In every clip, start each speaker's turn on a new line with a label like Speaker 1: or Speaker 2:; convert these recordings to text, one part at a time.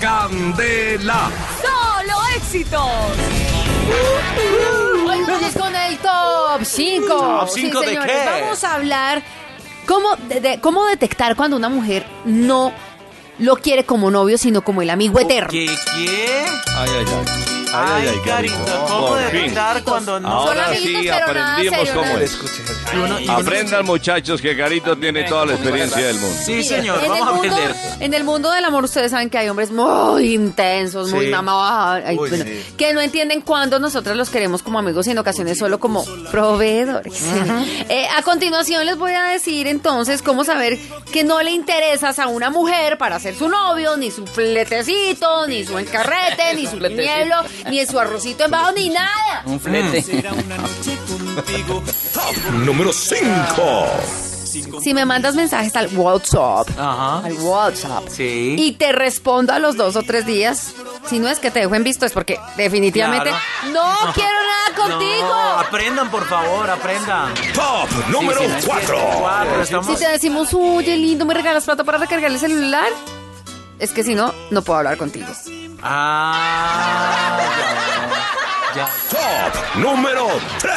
Speaker 1: Candela.
Speaker 2: ¡Solo éxitos! Hoy vamos con el top 5.
Speaker 3: ¿Top cinco de qué?
Speaker 2: Vamos a hablar cómo, de- de- cómo detectar cuando una mujer no lo quiere como novio, sino como el amigo eterno.
Speaker 3: ¿Qué? ¿Qué?
Speaker 4: Ay, ay, ay.
Speaker 3: Ay,
Speaker 4: Ay, ay, ay, qué rico.
Speaker 3: carito, ¿cómo
Speaker 4: Por fin.
Speaker 3: detectar cuando no?
Speaker 1: Ah,
Speaker 2: Son
Speaker 4: Ahora
Speaker 2: amiguitos,
Speaker 4: sí
Speaker 2: pero nada
Speaker 4: aprendimos
Speaker 2: serio,
Speaker 4: cómo
Speaker 2: nada.
Speaker 4: es.
Speaker 3: Y uno- y uno-
Speaker 4: Aprendan, muchachos, que Carito tiene toda la experiencia del mundo.
Speaker 3: Sí,
Speaker 2: Mire,
Speaker 3: señor,
Speaker 2: en
Speaker 3: vamos a
Speaker 2: el mundo-
Speaker 3: aprender.
Speaker 2: En el mundo del amor, ustedes saben que hay hombres muy intensos, muy
Speaker 3: Sí.
Speaker 2: mamá, ay,
Speaker 5: Uy,
Speaker 2: bueno,
Speaker 5: sí.
Speaker 2: que no entienden cuándo nosotros los queremos como amigos y en ocasiones solo como proveedores. Eh, a continuación les voy a decir entonces cómo saber que no le interesas a una mujer para ser su novio, ni su fletecito, ni su encarrete, ni su nieblo, ni su arrocito en bajo, ni nada.
Speaker 6: Un flete.
Speaker 1: Número 5.
Speaker 2: Si me mandas mensajes al WhatsApp,
Speaker 3: Ajá.
Speaker 2: al WhatsApp,
Speaker 3: Sí.
Speaker 2: y te respondo a los dos o tres días. Si no es que te dejo en visto, es porque definitivamente
Speaker 3: Claro.
Speaker 2: no quiero nada
Speaker 3: No,
Speaker 2: contigo.
Speaker 3: aprendan, por favor, aprendan.
Speaker 1: Top número 4.
Speaker 3: Cuatro,
Speaker 2: Si
Speaker 3: estamos...
Speaker 2: te decimos, oye, lindo, ¿me regalas plata para recargar el celular? Es que si no, no puedo hablar contigo.
Speaker 3: Ah, ya, ya.
Speaker 1: Top número 3.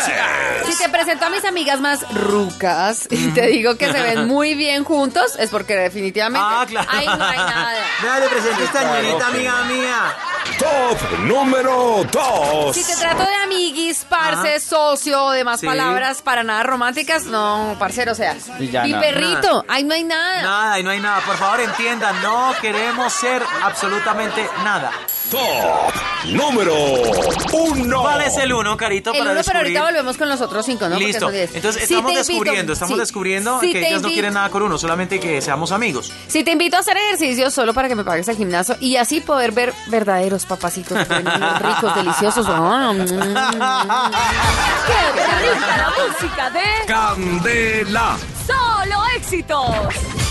Speaker 2: Si te presento a mis amigas más rucas y te digo que se ven muy bien juntos, es porque definitivamente
Speaker 3: Ah, claro.
Speaker 2: ahí no hay nada.
Speaker 3: Vea, le presento esta ñerita amiga mía.
Speaker 1: Top número 2.
Speaker 2: Si te trato de amiguis, parce, socio o demás
Speaker 3: Sí.
Speaker 2: palabras para nada románticas, no, parcero, o sea,
Speaker 6: Y ya
Speaker 2: mi
Speaker 6: no.
Speaker 2: perrito, ahí no hay
Speaker 3: Nada, y no hay nada. Por favor, entiendan, no queremos ser absolutamente nada.
Speaker 1: Top número 1.
Speaker 3: ¿Cuál es el uno, Carito,
Speaker 2: El
Speaker 3: para
Speaker 2: uno, pero
Speaker 3: descubrir?
Speaker 2: ahorita volvemos con los otros cinco, ¿no? Porque
Speaker 3: Listo.
Speaker 2: son diez.
Speaker 3: Entonces
Speaker 2: Si
Speaker 3: estamos
Speaker 2: te invito-
Speaker 3: descubriendo, estamos
Speaker 2: sí.
Speaker 3: descubriendo
Speaker 2: Si
Speaker 3: que
Speaker 2: te
Speaker 3: ellas no
Speaker 2: invito-
Speaker 3: quieren nada con uno, solamente que seamos amigos.
Speaker 2: Si te invito a hacer ejercicio solo para que me pagues el gimnasio y así poder ver verdaderos papacitos buenos, ricos, deliciosos. Ah, mm. ¡Qué rica la música de
Speaker 1: Candela.
Speaker 2: Solo Éxitos!